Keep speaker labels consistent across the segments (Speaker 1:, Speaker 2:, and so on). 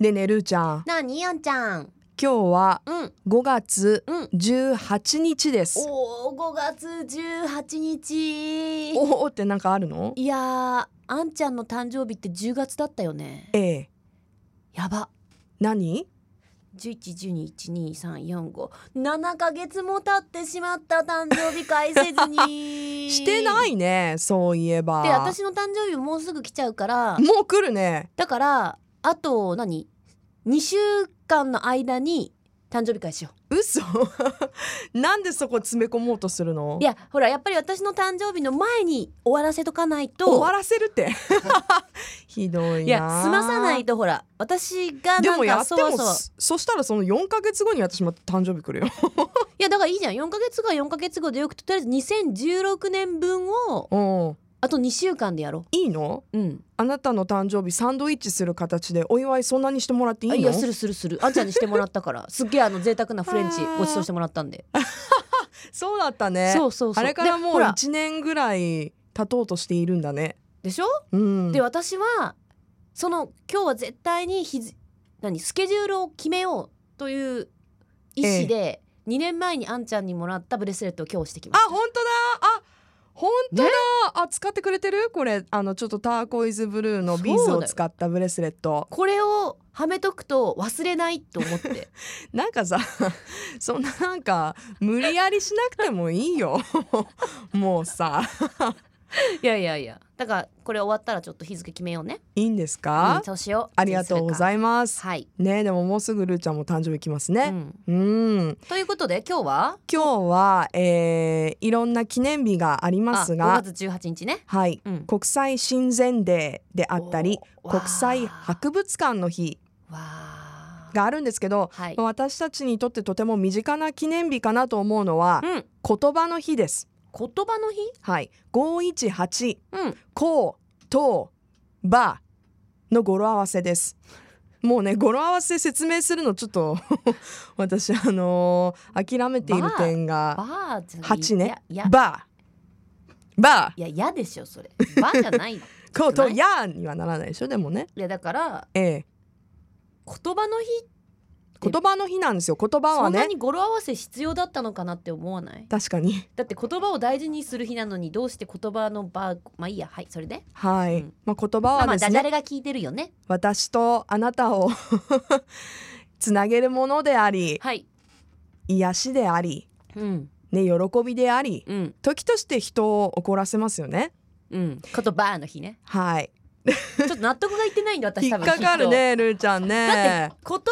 Speaker 1: ねえねえるーちゃん
Speaker 2: なあにやんちゃん。
Speaker 1: 今日は
Speaker 2: うん。
Speaker 1: 5月
Speaker 2: うん
Speaker 1: 18日です、
Speaker 2: おお、五月十八日。
Speaker 1: おおってなんかあるの
Speaker 2: いやー、あんちゃんの誕生日って10月だったよね。
Speaker 1: ええ
Speaker 2: やば。
Speaker 1: 何
Speaker 2: 十一、十二、一二三四五。七ヶ月も経ってしまった誕生日会せず に。。
Speaker 1: してないいねそういえば
Speaker 2: で、私の誕生日もうすぐ来ちゃうから。
Speaker 1: もう来るね
Speaker 2: だから、あと何、二週間の間に。誕生日会しよ
Speaker 1: 嘘なんでそこ詰め込もうとするの
Speaker 2: う。いや、ほら、やっぱり私の誕生日の前に終わらせとかないと。
Speaker 1: 終わらせるって ひどいない
Speaker 2: や済まさないとほら私が
Speaker 1: で
Speaker 2: な
Speaker 1: も
Speaker 2: ん
Speaker 1: や
Speaker 2: か
Speaker 1: って
Speaker 2: そ
Speaker 1: も
Speaker 2: わそわ
Speaker 1: そそしたらその4ヶ月後に私また誕生日来るよ
Speaker 2: いやだからいいじゃん4ヶ月後は4ヶ月後でよくてとりあえず2016年分を
Speaker 1: うん
Speaker 2: あと2週間でやろ
Speaker 1: いいの
Speaker 2: ううん
Speaker 1: あなたの誕生日サンドイッチする形でお祝いそんなにしてもらっていい
Speaker 2: あ
Speaker 1: の
Speaker 2: いやするするするあんちゃんにしてもらったから すっげえあの贅沢なフレンチ
Speaker 1: あー
Speaker 2: ごちそうしてもらったんで
Speaker 1: そうだったね
Speaker 2: そうそうそう
Speaker 1: あれから
Speaker 2: で
Speaker 1: も
Speaker 2: ほ
Speaker 1: う
Speaker 2: ら
Speaker 1: 1年ぐらい経とうとしているんだね
Speaker 2: でしょ、
Speaker 1: うん
Speaker 2: で私はその今日は絶対に日付何スケジュールを決めようという意思で、2年前にあんちゃんにもらったブレスレットを今日してきま
Speaker 1: あ
Speaker 2: した
Speaker 1: 本当だあ本当だ、あ使ってくれてるこれあのちょっとターコイズブルーのビーズを使ったブレスレット
Speaker 2: これをはめとくと忘れないと思って
Speaker 1: なんかさ そんななんか無理やりしなくてもいいよ もうさ
Speaker 2: いやいやいやだからこれ終わったらちょっと日付決めようね
Speaker 1: いいんです
Speaker 2: う
Speaker 1: か
Speaker 2: ん、、そうしよう
Speaker 1: ありがとうござ
Speaker 2: い
Speaker 1: いま
Speaker 2: ますはい、
Speaker 1: ねでももうすぐルーちゃんも誕生日来ます
Speaker 2: う
Speaker 1: ね
Speaker 2: ん
Speaker 1: うん
Speaker 2: ということで今日は
Speaker 1: 今日は、えーいろんな記念日があります
Speaker 2: あ
Speaker 1: が
Speaker 2: 5月18日ね、
Speaker 1: はい、
Speaker 2: うん、
Speaker 1: 国際親善デーであったり
Speaker 2: おーわ
Speaker 1: 国
Speaker 2: ー
Speaker 1: 際博物館の日
Speaker 2: わあ
Speaker 1: があるんですけど
Speaker 2: はい、
Speaker 1: 私たちにとってとても身近な記念日かなと思うのは
Speaker 2: うん、言
Speaker 1: 言葉の日です。
Speaker 2: 葉の日
Speaker 1: はい、518
Speaker 2: うん
Speaker 1: こうとばの語呂合わせです。もうね語呂合わせ説明するのちょっと 私あのー諦めている点が
Speaker 2: バーじゃない
Speaker 1: 八ね
Speaker 2: いやい
Speaker 1: ばば
Speaker 2: やいや嫌でしょそれバーじゃない い
Speaker 1: ことやーにはならないでしょでもね、
Speaker 2: やだから
Speaker 1: ええ、
Speaker 2: 言葉の日で
Speaker 1: 言葉の日なんですよ言葉
Speaker 2: そ
Speaker 1: は
Speaker 2: んな
Speaker 1: ね
Speaker 2: に語呂合わせ必要だったのかなって思わない
Speaker 1: 確かに
Speaker 2: だって言葉を大事にする日なのにどうして言葉のバーまあいいやはいそれで
Speaker 1: はい、
Speaker 2: うん
Speaker 1: まあ、言葉
Speaker 2: まあま
Speaker 1: は
Speaker 2: あ
Speaker 1: です
Speaker 2: ダ
Speaker 1: ね、
Speaker 2: ジャレが効いてるよね
Speaker 1: 私とあなたを つなげるものであり
Speaker 2: はい
Speaker 1: 癒しであり、
Speaker 2: うん
Speaker 1: ね、喜びであり
Speaker 2: うん
Speaker 1: 時として人を怒らせますよね
Speaker 2: うん、ことバーの日ね。
Speaker 1: はい
Speaker 2: ちょっと納得がいってないんで私
Speaker 1: 引
Speaker 2: 多
Speaker 1: っ
Speaker 2: 分
Speaker 1: かかる。ねルーちゃん
Speaker 2: きっとだっ
Speaker 1: ね
Speaker 2: てこと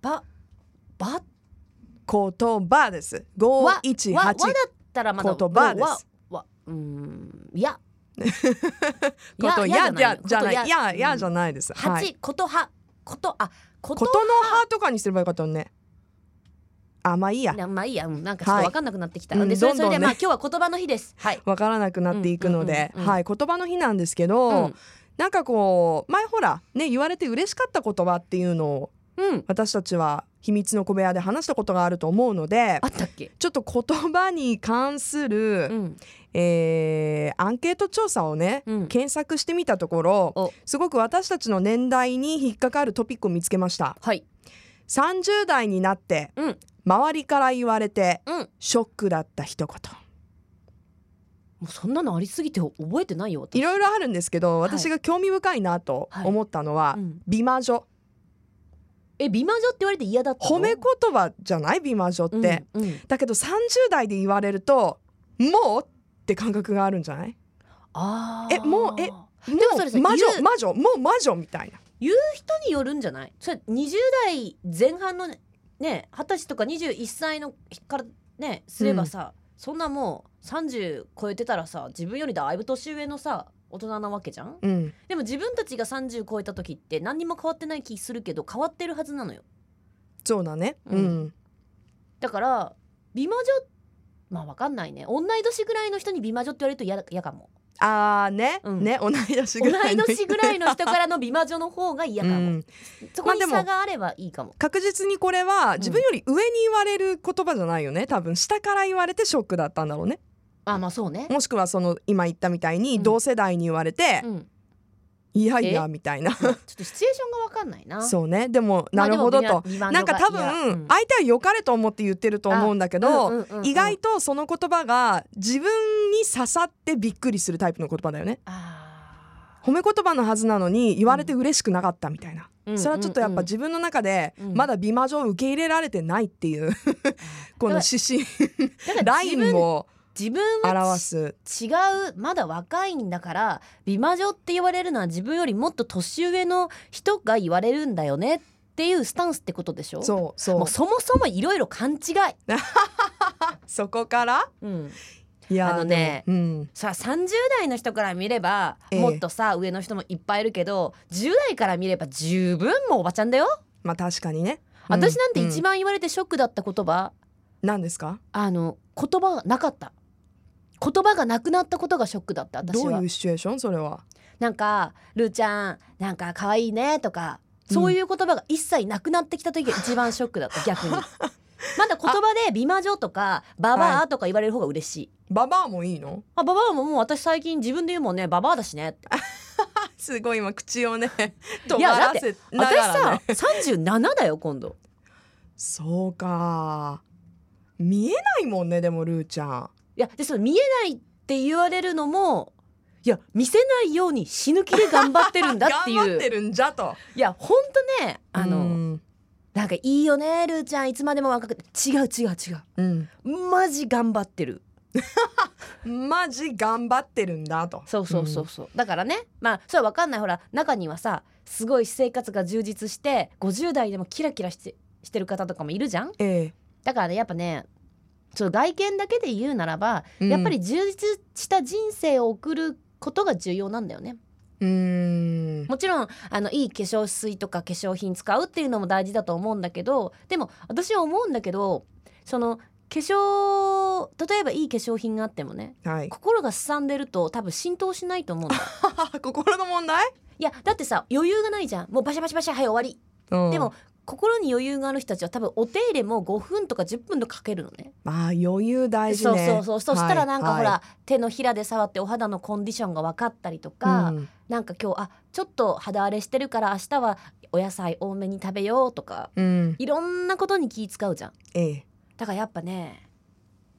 Speaker 2: ばば
Speaker 1: 言葉です
Speaker 2: わ
Speaker 1: 518
Speaker 2: わわだったらまだ
Speaker 1: 言葉です
Speaker 2: わわうーんや
Speaker 1: ことやじゃじゃないややじゃ
Speaker 2: ない
Speaker 1: ないです
Speaker 2: 八、
Speaker 1: はい
Speaker 2: ことはことあこ
Speaker 1: こととの葉とかにすればよかったのねあまあいいや
Speaker 2: なまあいいやうんなんかちょっとわかんなくなってきた。
Speaker 1: はい
Speaker 2: でそれ
Speaker 1: うん
Speaker 2: そ
Speaker 1: どんどん
Speaker 2: れ
Speaker 1: ね
Speaker 2: で、まあ今日は言葉の日です。はい。
Speaker 1: わからなくなっていくので、
Speaker 2: うんうんうんうん
Speaker 1: はい言葉の日なんですけど、
Speaker 2: うん
Speaker 1: なんかこう前ほらね言われて嬉しかった言葉っていうのを
Speaker 2: うん
Speaker 1: 私たちは秘密の小部屋で話したことがあると思うので
Speaker 2: あったっけ。
Speaker 1: ちょっと言葉に関する、
Speaker 2: うん
Speaker 1: えーアンケート調査をね、
Speaker 2: うん
Speaker 1: 検索してみたところ
Speaker 2: お
Speaker 1: すごく私たちの年代に引っかかるトピックを見つけました
Speaker 2: はい
Speaker 1: 30代になって、
Speaker 2: うん
Speaker 1: 周りから言われて
Speaker 2: うんも
Speaker 1: ショックだった一言
Speaker 2: うそんなのありすぎて覚えてないよ私。
Speaker 1: いろいろあるんですけど
Speaker 2: はい
Speaker 1: 私が興味深いなと思ったのは、
Speaker 2: うん
Speaker 1: 美魔女
Speaker 2: え美魔女って言われて嫌だったの
Speaker 1: 褒め言葉じゃない美魔女って、
Speaker 2: うんうん
Speaker 1: だけど30代で言われるともうって感覚があるんじゃない
Speaker 2: あ
Speaker 1: えもうえ
Speaker 2: も
Speaker 1: も
Speaker 2: もそれさ
Speaker 1: う魔
Speaker 2: 言
Speaker 1: 女
Speaker 2: う
Speaker 1: 魔女もう魔女みたいな
Speaker 2: 人によるんじゃないそれ20代前半のね二十歳とか21歳のからねすればさ、そんなもう30超えてたらさ自分よりだいぶ年上のさ大人なわけじゃん
Speaker 1: うん
Speaker 2: でも自分たちが30超えた時って何にも変わってない気するけど変わってるはずなのよ
Speaker 1: そうだねう、
Speaker 2: うんんだから美魔女まあわかんないね同い年ぐらいの人に美魔女って言われると嫌だ嫌かも
Speaker 1: あーね、
Speaker 2: うん
Speaker 1: ね同い年
Speaker 2: 同
Speaker 1: ぐ
Speaker 2: い
Speaker 1: らいの
Speaker 2: 年ぐらいの人からの美魔女の方が嫌かも、
Speaker 1: うん
Speaker 2: そこに
Speaker 1: まあでも
Speaker 2: 差があればいいかも、
Speaker 1: 確実にこれは自分より上に言われる言葉じゃないよね多分下から言われてショックだったんだろうね
Speaker 2: あまあそうね
Speaker 1: もしくはその今言ったみたいに
Speaker 2: うん
Speaker 1: 同世代に言われて、
Speaker 2: うん
Speaker 1: いやいやみたいな
Speaker 2: ちょっとシチュエーションがわかんないな。
Speaker 1: そうねでもなるほどと、なんか多分相手は良かれと思って言ってると思うんだけど、意外とその言葉が自分に刺さってびっくりするタイプの言葉だよね褒め言葉のはずなのに言われて嬉しくなかったみたいな、それはちょっとやっぱ自分の中でまだ美魔女を受け入れられてないっていうこの 指針ラインを
Speaker 2: 自分は
Speaker 1: 表す
Speaker 2: 違うまだ若いんだから美魔女って言われるのは自分よりもっと年上の人が言われるんだよねっていうスタンスってことでしょ
Speaker 1: そうそう
Speaker 2: もうそもそもいろいろ勘違い、
Speaker 1: そこから
Speaker 2: うん、
Speaker 1: いやー
Speaker 2: あのね
Speaker 1: でもうん
Speaker 2: さあ30代の人から見れば、
Speaker 1: ええ
Speaker 2: もっとさ上の人もいっぱいいるけど10代から見れば十分もうおばちゃんだよ、
Speaker 1: まあ確かにね
Speaker 2: 私なんて一、
Speaker 1: う
Speaker 2: 番言われてショックだった言葉
Speaker 1: うん何ですか
Speaker 2: あの言葉がなかった言葉がなくなったことがショックだった私
Speaker 1: ど
Speaker 2: は
Speaker 1: ういうシチュエーションそれは
Speaker 2: なんか「ルーちゃんなんか可愛いね」とかそういう言葉が一切なくなってきた時が一番ショックだ った逆にまだ言葉で「美魔女」とか「ババア」とか言われる方が嬉しい、
Speaker 1: ババアもいいの
Speaker 2: あババアももう私最近自分で言うもんねババアだしねって
Speaker 1: すごい今口をね尖
Speaker 2: いやだっ
Speaker 1: ら
Speaker 2: て
Speaker 1: せなが
Speaker 2: 私
Speaker 1: ら、ね、
Speaker 2: さ37だよ今度
Speaker 1: そうか見えないもんねでもルーちゃん
Speaker 2: いやでその見えないって言われるのもいや見せないように死ぬ気で頑張ってるんだって い
Speaker 1: 頑張
Speaker 2: う
Speaker 1: ってるんじゃと
Speaker 2: いやほんとねあの、
Speaker 1: うん
Speaker 2: なんかいいよねルーちゃんいつまでも若くて違う違う違
Speaker 1: うん
Speaker 2: うマジ頑張ってる
Speaker 1: マジ頑張ってるんだと
Speaker 2: そうそうそうそう、だからねまあそれは分かんないほら中にはさすごい私生活が充実して50代でもキラキラしてしてる方とかもいるじゃん
Speaker 1: え
Speaker 2: だからねやっぱねそう外見だけで言うならば、
Speaker 1: え
Speaker 2: やっぱり充実した人生を送ることが重要なんだよね
Speaker 1: うん
Speaker 2: もちろんあのいい化粧水とか化粧品使うっていうのも大事だと思うんだけどでも私は思うんだけどその化粧例えばいい化粧品があってもね
Speaker 1: はい
Speaker 2: 心がすさんでると多分浸透しないと思うん だ
Speaker 1: 心の問題
Speaker 2: いやだってさ余裕がないじゃんもうバシャバシャバシャはい終わり、
Speaker 1: で
Speaker 2: でも心に余裕がある人たちは多分お手入れも5分とか10分とかけるのね
Speaker 1: まあ余裕大事
Speaker 2: そう
Speaker 1: ね
Speaker 2: そうそうそしたらなんかほら、
Speaker 1: は
Speaker 2: 手のひらで触ってお肌のコンディションが分かったりと
Speaker 1: いはい
Speaker 2: か、なんか今日あちょっと肌荒れしてるから明日はお野菜多めに食べようとか
Speaker 1: うん、うん
Speaker 2: いろんなことに気使うじゃん
Speaker 1: ええ
Speaker 2: だからやっぱね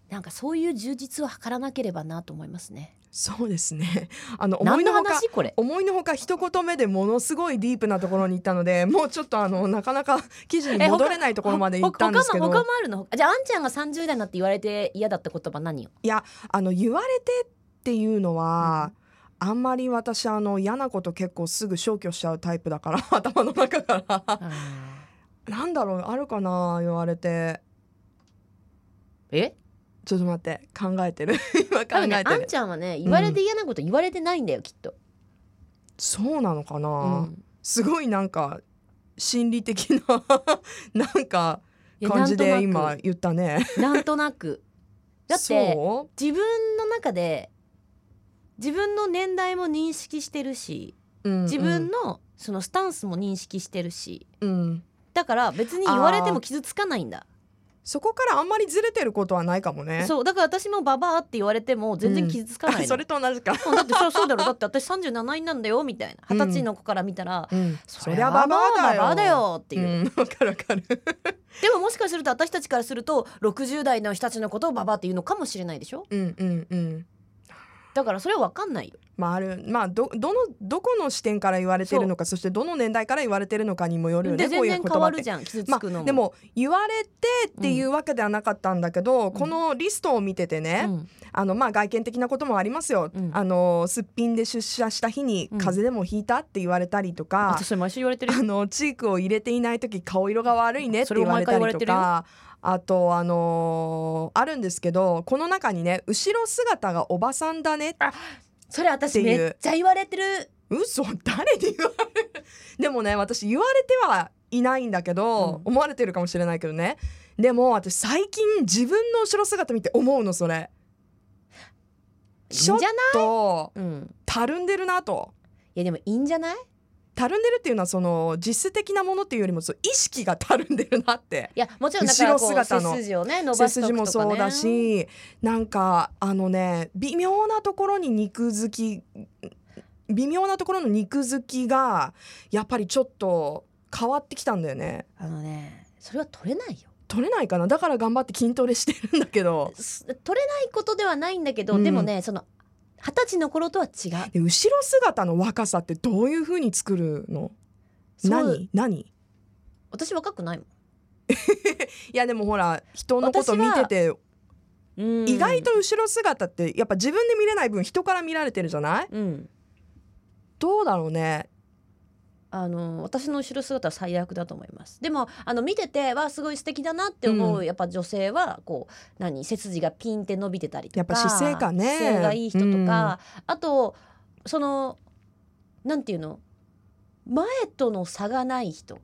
Speaker 2: なんかそういう充実を図らなければなと思いますね
Speaker 1: そうですねあの思
Speaker 2: 何
Speaker 1: い
Speaker 2: の
Speaker 1: のほか
Speaker 2: 話これ
Speaker 1: 思いのほか一言目でものすごいディープなところに行ったので もうちょっとあのなかなか記事に戻れないところまで行ったんですけ
Speaker 2: ほ他も
Speaker 1: ど
Speaker 2: 他もあるのじゃああんちゃんが30代になって言われて嫌だった言葉何よ
Speaker 1: あの言われてっていうのは、あんまり私あの嫌なこと結構すぐ消去しちゃうタイプだから 頭の中からなんだろうあるかな言われて
Speaker 2: え
Speaker 1: ちょっと待って考えてる 今考
Speaker 2: 多分ね
Speaker 1: えて
Speaker 2: あ
Speaker 1: る、
Speaker 2: んちゃんはね言われて嫌なこと言われてないんだよきっと、
Speaker 1: そうなのかな、
Speaker 2: うん
Speaker 1: すごいなんか心理的な なんか
Speaker 2: いや
Speaker 1: 感じで
Speaker 2: な
Speaker 1: 今
Speaker 2: んとな
Speaker 1: 言ったね。
Speaker 2: くなんとなくだって
Speaker 1: そ
Speaker 2: 自分の中で自分の年代も認識してるし
Speaker 1: う、うんうん
Speaker 2: 自分のそのスタンスも認識してるし
Speaker 1: うん
Speaker 2: だから別に言われても傷つかないんだ
Speaker 1: そこからあんまりずれてることはないかもね。
Speaker 2: そうだから私もババアって言われても全然傷つかない の、
Speaker 1: それと同じか。
Speaker 2: もうだってそうそうだろだって私37になんだよみたいな
Speaker 1: うん
Speaker 2: 二十歳の子から見たら、
Speaker 1: うん、そりゃバ
Speaker 2: は
Speaker 1: バアだよ。
Speaker 2: ババアだよって
Speaker 1: う
Speaker 2: いう、
Speaker 1: ん、わかるわかる。
Speaker 2: でももしかすると私たちからすると60代の人たちのことをババアって言うのかもしれないでしょ
Speaker 1: うんうんうん。
Speaker 2: だからそれは分かんないよ
Speaker 1: まああるまあどどのどこの視点から言われてるのかそしてどの年代から言われてるのかにもよるよね
Speaker 2: で
Speaker 1: こ
Speaker 2: 全
Speaker 1: ういう
Speaker 2: 然
Speaker 1: 言
Speaker 2: 変
Speaker 1: 葉
Speaker 2: わ
Speaker 1: っ
Speaker 2: る
Speaker 1: て
Speaker 2: じゃん傷
Speaker 1: ま
Speaker 2: つくのも、
Speaker 1: あ、でも言われてっていうわけではなかったんだけど、このリストを見ててね、
Speaker 2: うん
Speaker 1: あのまあ外見的なこともありますよ、
Speaker 2: うん
Speaker 1: あのすっぴんで出社した日に
Speaker 2: うん
Speaker 1: 風邪でもひいたって言われたりとか、
Speaker 2: 私それ毎週言われてるよ
Speaker 1: あのチークを入れていない時顔色が悪いねって言われた
Speaker 2: それお前から言わ
Speaker 1: り
Speaker 2: れ
Speaker 1: と
Speaker 2: てる
Speaker 1: かあとあのーあるんですけどこの中にね後ろ姿がおばさんだね
Speaker 2: それ私
Speaker 1: ってい
Speaker 2: め
Speaker 1: う
Speaker 2: っちゃ言われてる
Speaker 1: 嘘誰に言われる でもね私言われてはいないんだけど、
Speaker 2: う
Speaker 1: 思われてるかもしれないけどねでも私最近自分の後ろ姿見て思うのそれ
Speaker 2: いいんじゃない
Speaker 1: ちょっと
Speaker 2: うん
Speaker 1: たるんでるなと。
Speaker 2: いやでもいいんじゃない
Speaker 1: たるんでるっていうのはその実質的なものっていうよりもそう意識がたるんでるなって
Speaker 2: いやもちろんだからこ
Speaker 1: 後
Speaker 2: う
Speaker 1: ろ
Speaker 2: 背
Speaker 1: 姿の
Speaker 2: 筋をね伸
Speaker 1: 背
Speaker 2: ばして
Speaker 1: 筋
Speaker 2: おくとか、ね、
Speaker 1: もそうだしなんかあのね微妙なところに肉付き微妙なところの肉付きがやっぱりちょっと変わってきたんだよね
Speaker 2: あのねそれは取れないよ
Speaker 1: 取れないかなだから頑張って筋トレしてるんだけど
Speaker 2: す取れないことではないんだけど、
Speaker 1: うん
Speaker 2: でもねその二十歳の頃とは違う
Speaker 1: で後ろ姿の若さってどういう風に作るの
Speaker 2: そう
Speaker 1: 何何い
Speaker 2: 私若くないも
Speaker 1: やでもほら人のこと
Speaker 2: 私
Speaker 1: 見
Speaker 2: は
Speaker 1: てて
Speaker 2: んうん
Speaker 1: 意外と後ろ姿ってやっぱ自分で見れない分人から見られてるじゃない
Speaker 2: うん
Speaker 1: どうだろうね
Speaker 2: あの私の後ろ姿は最悪だと思いますでもあの見ててわあすごい素敵だなって思う、
Speaker 1: うん
Speaker 2: やっぱ女性はこう何背筋がピンって伸びてたりとか
Speaker 1: やっぱ姿勢かね
Speaker 2: 姿勢がいい人とか、あとそのなんていうの前との差がない人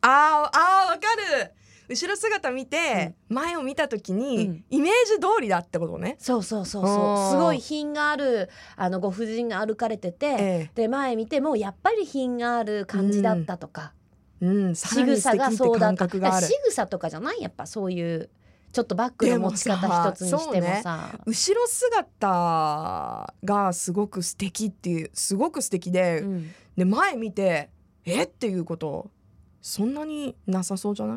Speaker 1: あーあーわかる後ろ姿見て、前を見た時に、
Speaker 2: うん
Speaker 1: イメージ通りだってことね、
Speaker 2: そうそうそう
Speaker 1: あ
Speaker 2: そ
Speaker 1: ー
Speaker 2: うすごい品があるあのご婦人が歩かれてて、
Speaker 1: え
Speaker 2: で前見てもやっぱり品がある感じだったとか、
Speaker 1: えうんさら
Speaker 2: 仕
Speaker 1: に素
Speaker 2: 草
Speaker 1: 敵
Speaker 2: が
Speaker 1: って
Speaker 2: そうだ
Speaker 1: 感
Speaker 2: った
Speaker 1: 覚がある
Speaker 2: 仕草とかじゃないやっぱそういうちょっとバッグの持ち
Speaker 1: でもさ
Speaker 2: 方一つにしてもさ
Speaker 1: 後ろ姿がすごく素敵っていうすごく素敵で、
Speaker 2: うん
Speaker 1: で前見てえっていうことそんなになさそうじゃない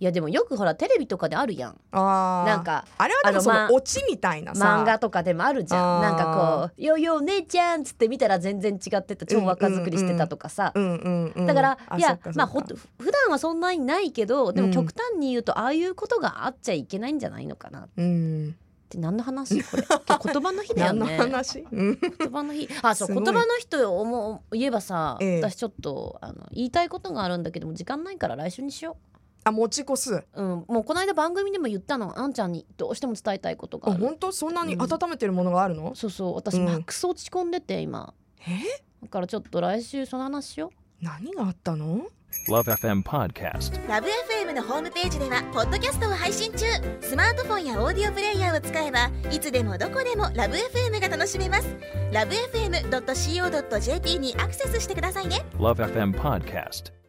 Speaker 2: いやでもよくほらテレビとかであるやん
Speaker 1: あー
Speaker 2: なんか
Speaker 1: あれはでもそ
Speaker 2: あの
Speaker 1: の
Speaker 2: ま
Speaker 1: オチみたいなさ
Speaker 2: 漫画とかでもあるじ
Speaker 1: あ
Speaker 2: ゃ
Speaker 1: ー
Speaker 2: んなんかこう「よいよいお姉ちゃん」っつって見たら全然違ってた超若作りしてたとかさ、
Speaker 1: うんうんうん、
Speaker 2: だから、
Speaker 1: あ
Speaker 2: い
Speaker 1: そ
Speaker 2: や
Speaker 1: っかそっか
Speaker 2: まあほんと普段はそんなにないけどで
Speaker 1: う
Speaker 2: も
Speaker 1: ん
Speaker 2: 極端に言うと、ああいうことがあっちゃいけないんじゃないのかなっ
Speaker 1: うん
Speaker 2: て何の 話これ今日言葉の日だよ
Speaker 1: 何の
Speaker 2: ね
Speaker 1: 話、うん、
Speaker 2: 言葉の日あそう
Speaker 1: す
Speaker 2: 言
Speaker 1: ごい
Speaker 2: 葉の日と思う言えばさ、
Speaker 1: ええ
Speaker 2: 私ちょっとあの言いたいことがあるんだけども時間ないから来週にしよ
Speaker 1: あ持ち越す
Speaker 2: う、うん、もうこの間番組でも言ったのあんちゃんにどうしても伝えたいこと
Speaker 1: あ
Speaker 2: がある
Speaker 1: 本当そんなに
Speaker 2: うん
Speaker 1: 温めてるものがあるの、
Speaker 2: そうそう私
Speaker 1: うん
Speaker 2: マックス落ち込んでて今、
Speaker 1: え
Speaker 2: だからちょっと来週その話しよう
Speaker 1: 何があったの
Speaker 3: Love FM Podcast.
Speaker 4: ラブ f m のホームページではポッドキャストを配信中スマートフォンやオーディオプレイヤーを使えばいつでもどこでもラブ f m が楽しめますラブ FM.co.jp にアクセスしてくださいね
Speaker 3: Love FM Podcast.